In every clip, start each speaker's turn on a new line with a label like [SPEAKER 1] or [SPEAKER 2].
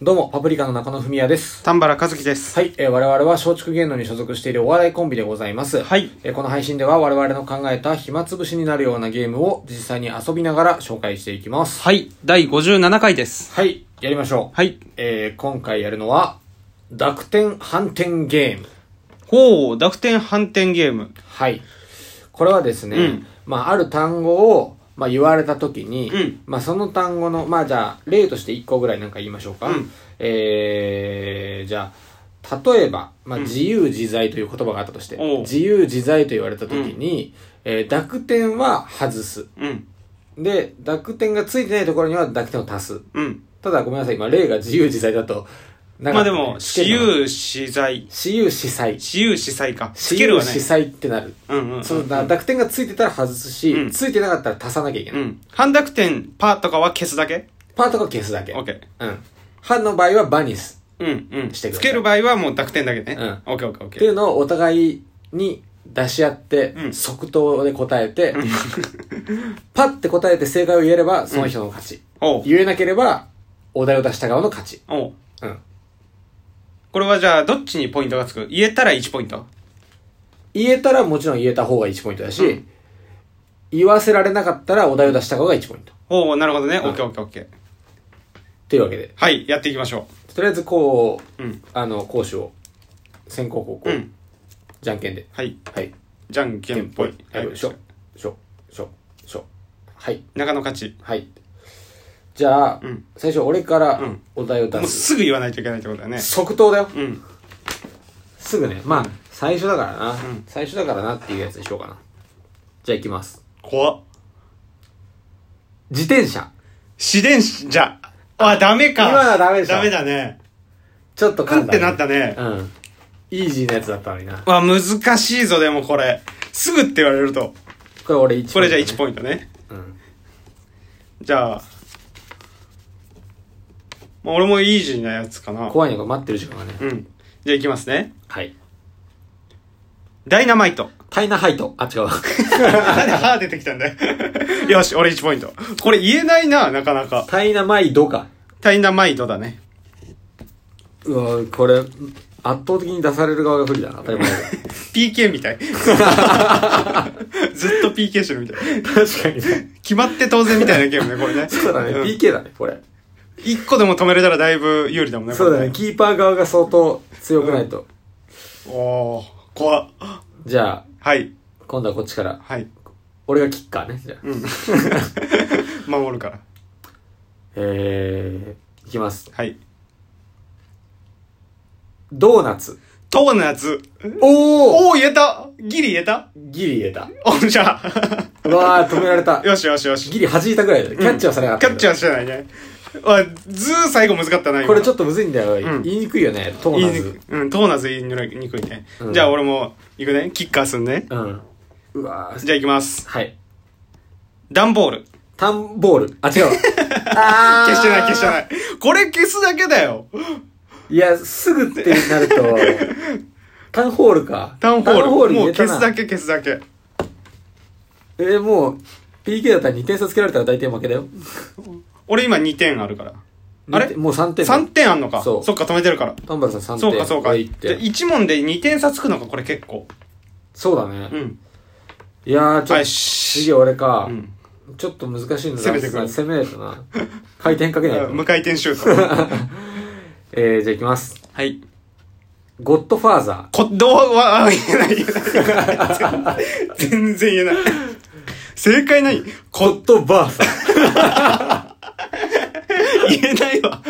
[SPEAKER 1] どうも、パプリカの中野文也です。
[SPEAKER 2] 丹原和樹です。
[SPEAKER 1] はい、えー我々は松竹芸能に所属しているお笑いコンビでございます。
[SPEAKER 2] はい
[SPEAKER 1] えーこの配信では我々の考えた暇つぶしになるようなゲームを実際に遊びながら紹介していきます。
[SPEAKER 2] はい。第57回です。
[SPEAKER 1] はい、やりましょう。
[SPEAKER 2] はい。
[SPEAKER 1] えー今回やるのは、濁点反転ゲーム。
[SPEAKER 2] ほう、濁点反転ゲーム。
[SPEAKER 1] はい。これはですね、
[SPEAKER 2] うん
[SPEAKER 1] まあ、ある単語を、まあ、言われた時に、
[SPEAKER 2] うん
[SPEAKER 1] まあ、その単語の、まあ、じゃあ、例として1個ぐらいなんか言いましょうか。
[SPEAKER 2] うん
[SPEAKER 1] えー、じゃあ、例えば、まあ、自由自在という言葉があったとして、
[SPEAKER 2] おう
[SPEAKER 1] 自由自在と言われた時に、えー濁点は外す。
[SPEAKER 2] うん。
[SPEAKER 1] で、濁点がついてないところには濁点を足す。
[SPEAKER 2] うん。
[SPEAKER 1] ただ、ごめんなさい、今、例が自由自在だと、なん
[SPEAKER 2] ま
[SPEAKER 1] か
[SPEAKER 2] あでも、
[SPEAKER 1] つけるの
[SPEAKER 2] 私
[SPEAKER 1] が
[SPEAKER 2] 有私在。
[SPEAKER 1] 私有私在。
[SPEAKER 2] 私有私在か。つ
[SPEAKER 1] 私
[SPEAKER 2] ける
[SPEAKER 1] 有
[SPEAKER 2] はね
[SPEAKER 1] 私。在ってなる。
[SPEAKER 2] うんうん。
[SPEAKER 1] そのだ濁点がついてたら外すし、
[SPEAKER 2] うん
[SPEAKER 1] ついてなかったら足さなきゃいけな
[SPEAKER 2] う
[SPEAKER 1] い。
[SPEAKER 2] ん。半濁点、パーとかは消すだけ
[SPEAKER 1] パートが消すだけ。
[SPEAKER 2] オッケー
[SPEAKER 1] うん。半の場合は場にす。
[SPEAKER 2] うんうん。
[SPEAKER 1] してくだ
[SPEAKER 2] つ
[SPEAKER 1] さい
[SPEAKER 2] ける場合はもう濁点だけね。
[SPEAKER 1] うん
[SPEAKER 2] オッケーオッケーオッ
[SPEAKER 1] っ
[SPEAKER 2] ケ
[SPEAKER 1] てい
[SPEAKER 2] ー。
[SPEAKER 1] うのをお互いに出し合って、
[SPEAKER 2] うん
[SPEAKER 1] 即答で答えて、 パッて答えて正解を言えれば、その人の勝ち。
[SPEAKER 2] おう。
[SPEAKER 1] 言えなければ、お題を出した側の勝ち。
[SPEAKER 2] おう。
[SPEAKER 1] うん。
[SPEAKER 2] これはじゃあ、どっちにポイントがつく言えたら1ポイント。
[SPEAKER 1] 言えたらもちろん言えた方が1ポイントだし、
[SPEAKER 2] うん
[SPEAKER 1] 言わせられなかったらお題を出した側が1ポイント。
[SPEAKER 2] おう、なるほどね。
[SPEAKER 1] ん
[SPEAKER 2] オッケーオッケーオッケー。
[SPEAKER 1] というわけで、
[SPEAKER 2] はい、やっていきましょ
[SPEAKER 1] とりあえずこう、
[SPEAKER 2] う。うん。
[SPEAKER 1] あの、講師を、先行後攻、
[SPEAKER 2] うん。
[SPEAKER 1] じゃんけんで。
[SPEAKER 2] はい。
[SPEAKER 1] はい。
[SPEAKER 2] じゃんけんぽい。
[SPEAKER 1] はい、しょ、しょ、しょ、しょ。はい、
[SPEAKER 2] 中野勝ち。
[SPEAKER 1] はい。じゃあ、
[SPEAKER 2] うん
[SPEAKER 1] 最初俺から
[SPEAKER 2] うん
[SPEAKER 1] お題を
[SPEAKER 2] も
[SPEAKER 1] 出
[SPEAKER 2] う
[SPEAKER 1] す。
[SPEAKER 2] すぐ言わないといけないってことだね。
[SPEAKER 1] 即答だよ。
[SPEAKER 2] うん。
[SPEAKER 1] すぐね。まあ、最初だからな、
[SPEAKER 2] ん
[SPEAKER 1] 最初だからなっていうやつにしようかな。じゃあ行きます。
[SPEAKER 2] 怖っ。
[SPEAKER 1] 自転車。
[SPEAKER 2] 自転車。あ、ダメか。
[SPEAKER 1] 今のはダメでしょ
[SPEAKER 2] ダメだね。
[SPEAKER 1] ちょっと
[SPEAKER 2] く
[SPEAKER 1] 簡
[SPEAKER 2] っ
[SPEAKER 1] 単
[SPEAKER 2] てなったね。
[SPEAKER 1] うん。イージーなやつだったのにな。
[SPEAKER 2] わ、難しいぞ、でもこれ。すぐって言われると。
[SPEAKER 1] これ俺1
[SPEAKER 2] これじゃあ1
[SPEAKER 1] イン
[SPEAKER 2] ポイントね。
[SPEAKER 1] トね。うん。
[SPEAKER 2] じゃあ。まあ、俺もイージーなやつかな。
[SPEAKER 1] 怖いのが待ってる時間がね。
[SPEAKER 2] うん。じゃあいきますね。
[SPEAKER 1] はい。
[SPEAKER 2] ダイナマ イト。
[SPEAKER 1] タイナハイト。あ、違う。
[SPEAKER 2] なんで歯出てきたんだよ。 よし、俺1ポイント。これ言えないな、なかなか。
[SPEAKER 1] タイナマイドか。
[SPEAKER 2] ダイナマイトだね。
[SPEAKER 1] うわこれ、圧倒的に出される側が不利だな。当たり 前だけど
[SPEAKER 2] PK みた い。ずっと PK してるみたい。
[SPEAKER 1] 確かにね。
[SPEAKER 2] 決まって当然みたいなゲームね、これね。
[SPEAKER 1] そうだね、
[SPEAKER 2] ん
[SPEAKER 1] PK だね、これ。
[SPEAKER 2] 一個でも止めれたらだいぶ有利だもんね。
[SPEAKER 1] そうだ
[SPEAKER 2] こ
[SPEAKER 1] ね、
[SPEAKER 2] れ
[SPEAKER 1] キーパー側が相当強くないと。
[SPEAKER 2] おー、怖っ。
[SPEAKER 1] じゃあ、
[SPEAKER 2] はい、
[SPEAKER 1] 今度はこっちから。
[SPEAKER 2] はい。
[SPEAKER 1] 俺がキッカーね、じゃあ。
[SPEAKER 2] うん。守るから。
[SPEAKER 1] えー、いきます。
[SPEAKER 2] はい。
[SPEAKER 1] ドーナツ。
[SPEAKER 2] トーナツ。
[SPEAKER 1] おお
[SPEAKER 2] おー、言えたギリ言えた
[SPEAKER 1] ギリ言えた。
[SPEAKER 2] おじゃ あ。
[SPEAKER 1] うわー、止められた。
[SPEAKER 2] よしよしよし。
[SPEAKER 1] ギリ弾いたぐらいだよ。キャッチはされなか
[SPEAKER 2] キ
[SPEAKER 1] った。
[SPEAKER 2] ャッチはしてないね。あ、ずー最後難かったな、
[SPEAKER 1] これちょ
[SPEAKER 2] っ
[SPEAKER 1] っとむずいんだよ。
[SPEAKER 2] ん
[SPEAKER 1] 言いにくいよね、ト
[SPEAKER 2] と
[SPEAKER 1] ー
[SPEAKER 2] 言
[SPEAKER 1] ナ
[SPEAKER 2] いに
[SPEAKER 1] ツ
[SPEAKER 2] く。い。うん、トーナツ言いにくいね。
[SPEAKER 1] うん
[SPEAKER 2] じゃあ俺も、行くね。キッカーすんね。
[SPEAKER 1] うん。うわー。
[SPEAKER 2] じゃあ行きます。
[SPEAKER 1] はい。
[SPEAKER 2] ダンボール。
[SPEAKER 1] タンボール。あ、違うわ。あ
[SPEAKER 2] 消してない消して
[SPEAKER 1] い。
[SPEAKER 2] ない。これ消すだけだよ。
[SPEAKER 1] いや、すぐってな ると、タンホールか。
[SPEAKER 2] ダンホール。も
[SPEAKER 1] 入
[SPEAKER 2] う
[SPEAKER 1] れた
[SPEAKER 2] 消
[SPEAKER 1] な
[SPEAKER 2] すだけ消すだけ。
[SPEAKER 1] えー、もう、PK だったら2点差つけられたら大体負けだよ。
[SPEAKER 2] 俺今2点あるから。あれ
[SPEAKER 1] 二点もう3点だ。
[SPEAKER 2] 3点あんのか。
[SPEAKER 1] そ
[SPEAKER 2] そうっか、止めてるから。
[SPEAKER 1] 丹原さん3点。
[SPEAKER 2] そうか、そうか。
[SPEAKER 1] 俺
[SPEAKER 2] じ
[SPEAKER 1] 一
[SPEAKER 2] ゃあ
[SPEAKER 1] 点
[SPEAKER 2] 1問で2点差つくのか、これ結構。
[SPEAKER 1] そうだね。
[SPEAKER 2] うん。
[SPEAKER 1] いやー、ちょっ
[SPEAKER 2] は
[SPEAKER 1] と、
[SPEAKER 2] い、し。
[SPEAKER 1] 次俺か、
[SPEAKER 2] うん。
[SPEAKER 1] ちょっと難しいの
[SPEAKER 2] 攻めてくる
[SPEAKER 1] 攻めないとな。回転かけないと
[SPEAKER 2] 無。回転シュート。
[SPEAKER 1] えー、じゃあいきます。
[SPEAKER 2] はい。
[SPEAKER 1] ゴッドファーザ
[SPEAKER 2] こ、どうは、あ言えない、言えない。全然言えない。正解 ない。
[SPEAKER 1] ー。ゴ
[SPEAKER 2] こ、
[SPEAKER 1] ッドバーサ
[SPEAKER 2] 言えないわ。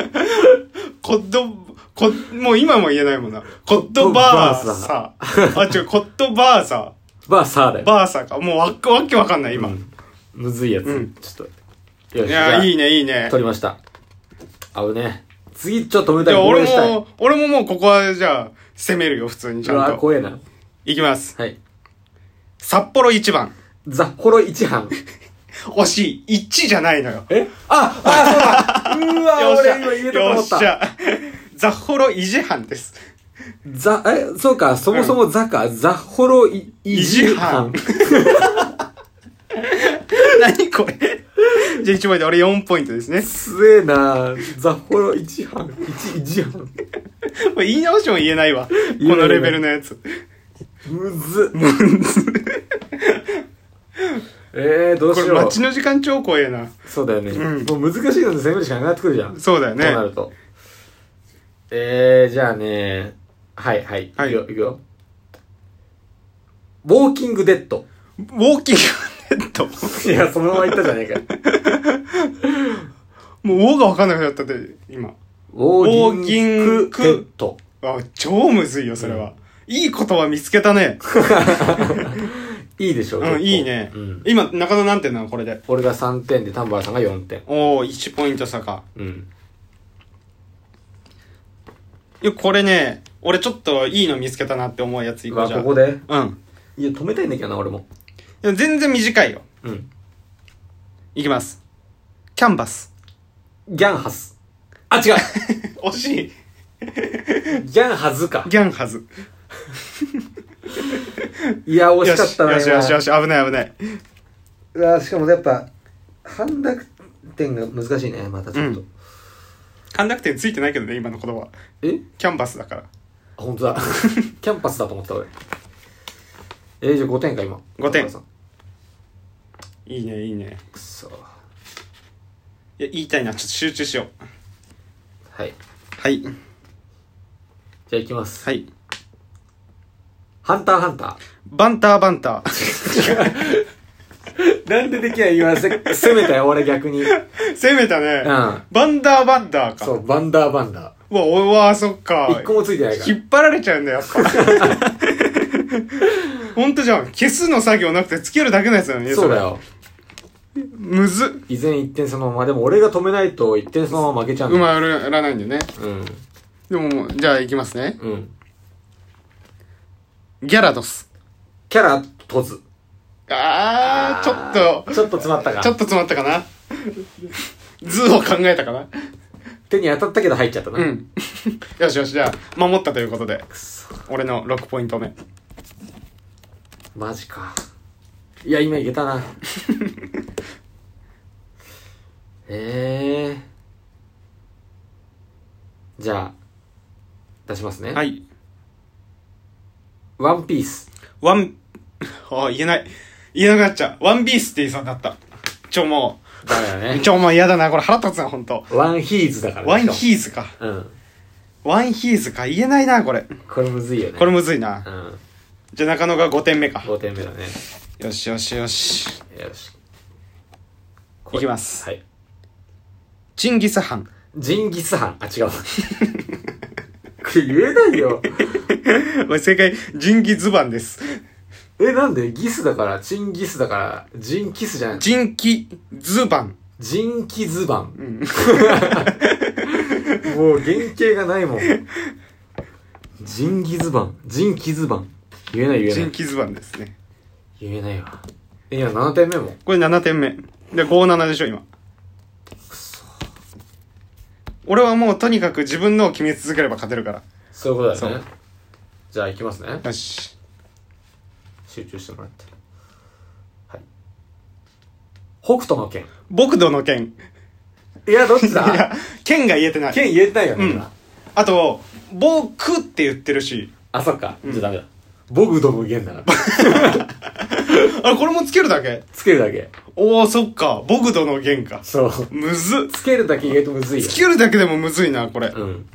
[SPEAKER 2] こっど、こ、もう今も言えないもんな。コットバーサー。あ、違う、コットバーサ
[SPEAKER 1] ー。バーサーだ
[SPEAKER 2] ー。
[SPEAKER 1] よ。
[SPEAKER 2] バーサーか。もうわっ、わけわかんない、今。
[SPEAKER 1] むずいやつ。
[SPEAKER 2] うん
[SPEAKER 1] ちょっと。よし。
[SPEAKER 2] い
[SPEAKER 1] じゃ
[SPEAKER 2] や、
[SPEAKER 1] あ
[SPEAKER 2] いいね、いいね。
[SPEAKER 1] 取りました。あぶね。次、ちょっと止め
[SPEAKER 2] じ
[SPEAKER 1] たい。
[SPEAKER 2] ゃあ
[SPEAKER 1] 応
[SPEAKER 2] 俺
[SPEAKER 1] 援したい。
[SPEAKER 2] も、俺ももうここはじゃあ、攻めるよ、普通にち
[SPEAKER 1] う
[SPEAKER 2] ゃ
[SPEAKER 1] わー
[SPEAKER 2] んと。
[SPEAKER 1] 怖えな。
[SPEAKER 2] いきます。
[SPEAKER 1] はい。
[SPEAKER 2] 札幌一番。
[SPEAKER 1] ザッホロ一班。
[SPEAKER 2] 惜しい。1じゃないのよ。
[SPEAKER 1] えあ、あ、そうだうわー、
[SPEAKER 2] よっしゃ。
[SPEAKER 1] 俺今言えたと
[SPEAKER 2] よ
[SPEAKER 1] 思
[SPEAKER 2] っ
[SPEAKER 1] った
[SPEAKER 2] し。ゃ。ザッホロ維持班です。
[SPEAKER 1] ザ、え、そうか、そもそもザか、ザホロイ、イ
[SPEAKER 2] イ
[SPEAKER 1] ジ
[SPEAKER 2] ジ
[SPEAKER 1] ハ
[SPEAKER 2] ハ
[SPEAKER 1] ン
[SPEAKER 2] ン。何これじゃあ1枚で俺4ポイントですね。
[SPEAKER 1] 強えなザッフォロ1班、1、1班。
[SPEAKER 2] これ言い直しても言えないわ。こ
[SPEAKER 1] 言えない
[SPEAKER 2] のレベルのやつ。
[SPEAKER 1] むずっ。えー、どう
[SPEAKER 2] こ
[SPEAKER 1] し
[SPEAKER 2] れ
[SPEAKER 1] よう
[SPEAKER 2] 待。ちの時間超怖えな。
[SPEAKER 1] そうだよね。
[SPEAKER 2] う
[SPEAKER 1] もう難しいので攻めるしかなくなってくるじゃん。
[SPEAKER 2] そうだよ
[SPEAKER 1] とな
[SPEAKER 2] ね。
[SPEAKER 1] ると。えー、じゃあねはい、はい。
[SPEAKER 2] はい
[SPEAKER 1] いくよ、いくよ。ウォーキングデッド。
[SPEAKER 2] ウォーキングデッド。
[SPEAKER 1] いや、そのまま言ったじゃねえか。
[SPEAKER 2] もうウォーがわかんなくなっちゃったで、今。
[SPEAKER 1] ウォ
[SPEAKER 2] ー
[SPEAKER 1] ー
[SPEAKER 2] キ
[SPEAKER 1] キ
[SPEAKER 2] ン
[SPEAKER 1] ン
[SPEAKER 2] グ
[SPEAKER 1] グ
[SPEAKER 2] デ
[SPEAKER 1] デ
[SPEAKER 2] ッ
[SPEAKER 1] ッド。
[SPEAKER 2] あ、超むずいよ、それは。いい言葉見つけたね。
[SPEAKER 1] いいでしょ
[SPEAKER 2] うん、いいね。今、中野何点なのこれで。
[SPEAKER 1] 俺が3点で丹原さんが4点。
[SPEAKER 2] おお1ポイント差か。
[SPEAKER 1] うん。
[SPEAKER 2] いや、これね、俺ちょっといいの見つけたなって思うやついこ
[SPEAKER 1] ま
[SPEAKER 2] う
[SPEAKER 1] あ、
[SPEAKER 2] じゃ
[SPEAKER 1] こ
[SPEAKER 2] ん。
[SPEAKER 1] こで。
[SPEAKER 2] うん。
[SPEAKER 1] いや、止めたいんだけどな、俺も。
[SPEAKER 2] いや全然短いよ。
[SPEAKER 1] うん。
[SPEAKER 2] いきます。キャン バス。
[SPEAKER 1] ギャンハス。あ、 違う
[SPEAKER 2] 惜しい。
[SPEAKER 1] ギャンハズか。
[SPEAKER 2] ギャンハズ。
[SPEAKER 1] いや、惜し
[SPEAKER 2] よ
[SPEAKER 1] かったな、
[SPEAKER 2] よし
[SPEAKER 1] 今
[SPEAKER 2] よしよし、危ない危ない。
[SPEAKER 1] うわしかもやっぱ、半濁点が難しいね、またちょっと。
[SPEAKER 2] うん半濁点ついてないけどね、今の言葉。
[SPEAKER 1] え
[SPEAKER 2] キャンバスだから。
[SPEAKER 1] あ、本当 だ。キャンパスだと思ってた、俺。えー、じゃあ5点か、今。
[SPEAKER 2] 5点
[SPEAKER 1] 田村さん
[SPEAKER 2] いいね、いいね。
[SPEAKER 1] くそ。
[SPEAKER 2] いや、言いたいな。ちょっと集中しよう。
[SPEAKER 1] はい。
[SPEAKER 2] はい。
[SPEAKER 1] じゃあ行きます。
[SPEAKER 2] はい。
[SPEAKER 1] ハンターハンタ
[SPEAKER 2] バンターバンター。
[SPEAKER 1] ー。なんでできない今、せ、攻めたよ、俺逆に。うん。
[SPEAKER 2] 攻めたね。バンダーバンダーか。
[SPEAKER 1] そうう、バンダーバンダ
[SPEAKER 2] わ、おわそっか。
[SPEAKER 1] ー。一個もついてないから。
[SPEAKER 2] 引っ張られちゃうんだよ、やっ ぱ。ほんとじゃん。消すの作業なくて、つけるだけのやつだよね。
[SPEAKER 1] そうだ
[SPEAKER 2] れ。
[SPEAKER 1] よ。
[SPEAKER 2] むずっ。
[SPEAKER 1] 依然1点そのまま。でも俺が止めないと1点そのまま負けちゃうん
[SPEAKER 2] う
[SPEAKER 1] だよ。
[SPEAKER 2] まくやらないんだよね。
[SPEAKER 1] うん。
[SPEAKER 2] でももう、じゃあ行きますね。
[SPEAKER 1] うん。
[SPEAKER 2] ギャラドス。
[SPEAKER 1] キャラ、とず。
[SPEAKER 2] あー、ちょっと、
[SPEAKER 1] ちょっと詰まった
[SPEAKER 2] ちょっ
[SPEAKER 1] か。
[SPEAKER 2] と詰まったかな。図を考えたかな。
[SPEAKER 1] 手に当たったけど入っちゃったな。
[SPEAKER 2] うん。よしよし、じゃあ、守ったということで。
[SPEAKER 1] くそ。
[SPEAKER 2] 俺の6ポイント目。
[SPEAKER 1] マジか。いや、今いけたな。 ええじゃあ、出しますね。。
[SPEAKER 2] はいい。
[SPEAKER 1] ワンピース。
[SPEAKER 2] ワン、 あー、言えない。言えなくなっちゃう。ワンビースって言いそうになった。ちょ、もう。
[SPEAKER 1] だよね。
[SPEAKER 2] ちょ、もう嫌だな。これ腹立つな、ほんと。
[SPEAKER 1] ワンヒーズだから、
[SPEAKER 2] ワンヒーズか。
[SPEAKER 1] ーうん。
[SPEAKER 2] ワンヒーズか。言えないな、これ。
[SPEAKER 1] これむずいよね。
[SPEAKER 2] これむずいな
[SPEAKER 1] う。ん。
[SPEAKER 2] じゃあ中野が5点目か。
[SPEAKER 1] 5点目だね。
[SPEAKER 2] よしよしよし。
[SPEAKER 1] よし。
[SPEAKER 2] いきます
[SPEAKER 1] はい。
[SPEAKER 2] チンギスハン。
[SPEAKER 1] ジンギスハン。あ、違う。 これ言えないよ。
[SPEAKER 2] これ正解、ジンギズバンです。
[SPEAKER 1] え、なんでギスだから、チンギスだから、ジンキスじゃない。
[SPEAKER 2] ジンキズバン。
[SPEAKER 1] ジンキズバン。 もう原型がないもん。ジンギズバン。ジンキズバン。言えない言え
[SPEAKER 2] ジ
[SPEAKER 1] な
[SPEAKER 2] ン
[SPEAKER 1] い。
[SPEAKER 2] キズバンですね。
[SPEAKER 1] 言えないわ。え、今7点目も。
[SPEAKER 2] これ7点目。で、57でしょ、今。俺はもうとにかく自分のを決め続ければ勝てるから。
[SPEAKER 1] そういうことだ
[SPEAKER 2] そ
[SPEAKER 1] よ
[SPEAKER 2] う
[SPEAKER 1] ね。じゃあ行きますね。
[SPEAKER 2] よし。
[SPEAKER 1] 集中してもらって。はい。北斗の剣。
[SPEAKER 2] 僕どの剣。
[SPEAKER 1] いや、どっち
[SPEAKER 2] いや
[SPEAKER 1] だ、
[SPEAKER 2] 剣が言えてない。
[SPEAKER 1] 剣言えたよね、
[SPEAKER 2] うん
[SPEAKER 1] 今
[SPEAKER 2] あと、僕って言ってるし。
[SPEAKER 1] あ、そっか。じゃあダメだ。ボグドムゲンだな。
[SPEAKER 2] あれ、これもつけるだけ
[SPEAKER 1] つけるだけ。
[SPEAKER 2] おー、そっか。ボグドの弦か。
[SPEAKER 1] そう。
[SPEAKER 2] むずっ。
[SPEAKER 1] つけるだけ意外とむずいよ
[SPEAKER 2] つ。けるだけでもむずいな、これ。
[SPEAKER 1] うん。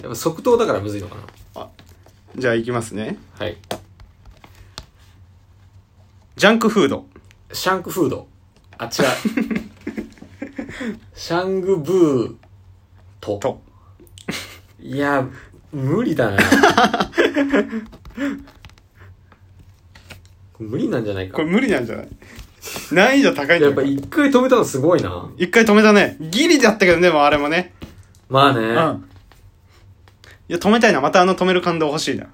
[SPEAKER 1] やっぱ即答だからむずいのかな。
[SPEAKER 2] じゃあ、行きますね。
[SPEAKER 1] はい。
[SPEAKER 2] ジャンクフード。
[SPEAKER 1] シャンクフード。あ、違 う。シャングブーと。
[SPEAKER 2] と。
[SPEAKER 1] いや、無理だ な。無理なんじゃない
[SPEAKER 2] こ
[SPEAKER 1] か
[SPEAKER 2] れ。無理なんじゃない難易度高いんじ
[SPEAKER 1] や
[SPEAKER 2] ゃ
[SPEAKER 1] っぱ
[SPEAKER 2] ない
[SPEAKER 1] 一回止めたのすごいな。
[SPEAKER 2] 一回止めたね。ギリだったけどね、でもあれもね。
[SPEAKER 1] まあ
[SPEAKER 2] う
[SPEAKER 1] ね。
[SPEAKER 2] ん。いや、止めたいな。またあの止める感動欲しいな。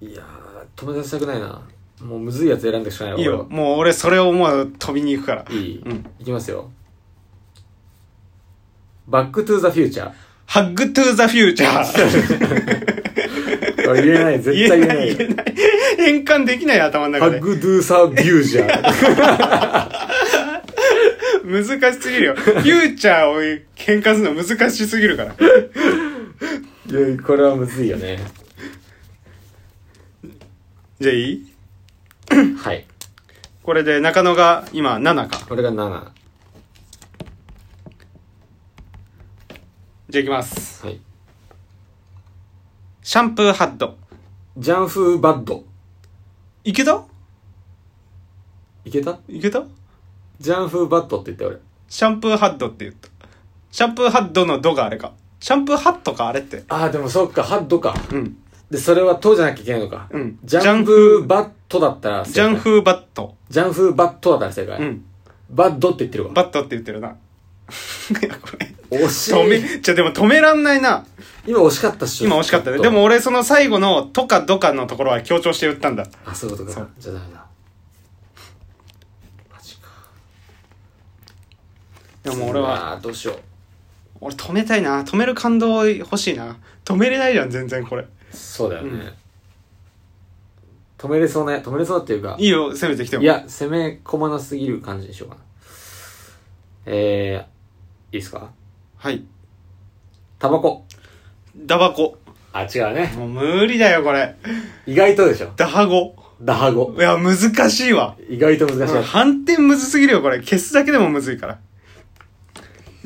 [SPEAKER 1] いやー、止めさせたくないな。もうむずいやつ選んでしかないわ。
[SPEAKER 2] いい
[SPEAKER 1] 俺
[SPEAKER 2] よ。
[SPEAKER 1] は。
[SPEAKER 2] もう俺、それをもう飛びに行くから。
[SPEAKER 1] いい、
[SPEAKER 2] うん
[SPEAKER 1] いきますよ。バックトゥーザフューチャー。
[SPEAKER 2] ハッグトゥーザフューチャー。
[SPEAKER 1] これ言えない、絶対言え ないよ。
[SPEAKER 2] 変換できない頭の
[SPEAKER 1] ハ
[SPEAKER 2] 中で。
[SPEAKER 1] グドゥーサービュージャー。
[SPEAKER 2] 難しすぎるよ。フューチャーを喧嘩するの難しすぎるから。
[SPEAKER 1] いやこれはむずいよね。
[SPEAKER 2] じゃあいい
[SPEAKER 1] はい。
[SPEAKER 2] これで中野が今7か。
[SPEAKER 1] これが7。は
[SPEAKER 2] じゃあいきます。
[SPEAKER 1] い。
[SPEAKER 2] シャンプーハッド。
[SPEAKER 1] ジャンフーバッド。
[SPEAKER 2] いけた
[SPEAKER 1] いけた
[SPEAKER 2] いけた
[SPEAKER 1] ジャンフーバッドって言って
[SPEAKER 2] シャンプーハッドって言った。シャンプーハッドのドがあれか。シャンプーハットかあれって。
[SPEAKER 1] 俺。ああ、でもそっか、ハッドか。
[SPEAKER 2] うん。
[SPEAKER 1] で、それはとじゃなきゃいけないのか。
[SPEAKER 2] うん
[SPEAKER 1] ジャンフーバットだったら正解
[SPEAKER 2] ジャンフーバット。
[SPEAKER 1] ジャンフーバットだったら正解。
[SPEAKER 2] うん。
[SPEAKER 1] バッドって言ってるわ。
[SPEAKER 2] バットって言ってるな。い やこれ。
[SPEAKER 1] 惜し
[SPEAKER 2] 止
[SPEAKER 1] い。
[SPEAKER 2] め、じゃあでも止めらんないな。
[SPEAKER 1] 今惜しかったっしょ。
[SPEAKER 2] 今惜しかったね。
[SPEAKER 1] ちょ
[SPEAKER 2] でも、俺その最後のとかどかのところは強調して言ったんだ。
[SPEAKER 1] あ、そういうこと
[SPEAKER 2] そ
[SPEAKER 1] か
[SPEAKER 2] う。
[SPEAKER 1] じゃあダメだ。マジか。
[SPEAKER 2] でも俺は、
[SPEAKER 1] あどうしよう。
[SPEAKER 2] 俺止めたいな。止める感動欲しいな。止めれないじゃん、全然これ。
[SPEAKER 1] そうだよね、
[SPEAKER 2] うん
[SPEAKER 1] 止めれそうな止めれそうっていうか
[SPEAKER 2] いいよ、攻めてきても。
[SPEAKER 1] い。や攻め込まなすぎる感じにしようかなえー、いいですか
[SPEAKER 2] はい。
[SPEAKER 1] タバコ
[SPEAKER 2] ダバコ。
[SPEAKER 1] あ違うね
[SPEAKER 2] もう無理だよ、これ。
[SPEAKER 1] 意外とでしょ
[SPEAKER 2] ダハゴ。
[SPEAKER 1] ダハゴ
[SPEAKER 2] いや、難しいわ。
[SPEAKER 1] 意外と難しい、
[SPEAKER 2] 反転むずすぎるよ、これ。消すだけでもむずいから。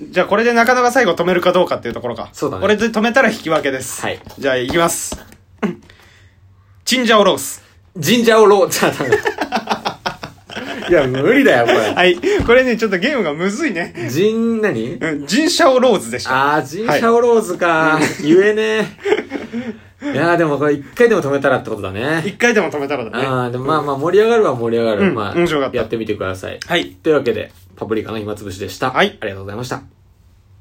[SPEAKER 2] じゃあ、これでなかなか最後止めるかどうかっていうところか。
[SPEAKER 1] そうだね
[SPEAKER 2] 俺で止めたら引き分けです。
[SPEAKER 1] はい。
[SPEAKER 2] じゃあ、いきます。 チンジャオロース。
[SPEAKER 1] ジンジャーをロー じゃあダメだいや無理だよこれ
[SPEAKER 2] はい。これね、ちょっとゲームがむずいね。
[SPEAKER 1] ジン何
[SPEAKER 2] うん、ジンシャオローズでした。
[SPEAKER 1] あージンシャオローズか、言えねえいやーでもこれ一回でも止めたらってことだね
[SPEAKER 2] 一回でも止めたらだね。
[SPEAKER 1] ああでもまあまあ盛り上がるは盛り上がる、
[SPEAKER 2] うん
[SPEAKER 1] まあ
[SPEAKER 2] 面白かった
[SPEAKER 1] やってみてください
[SPEAKER 2] はい。
[SPEAKER 1] というわけで、パプリカの暇つぶしでした。
[SPEAKER 2] はい
[SPEAKER 1] ありがとうございました。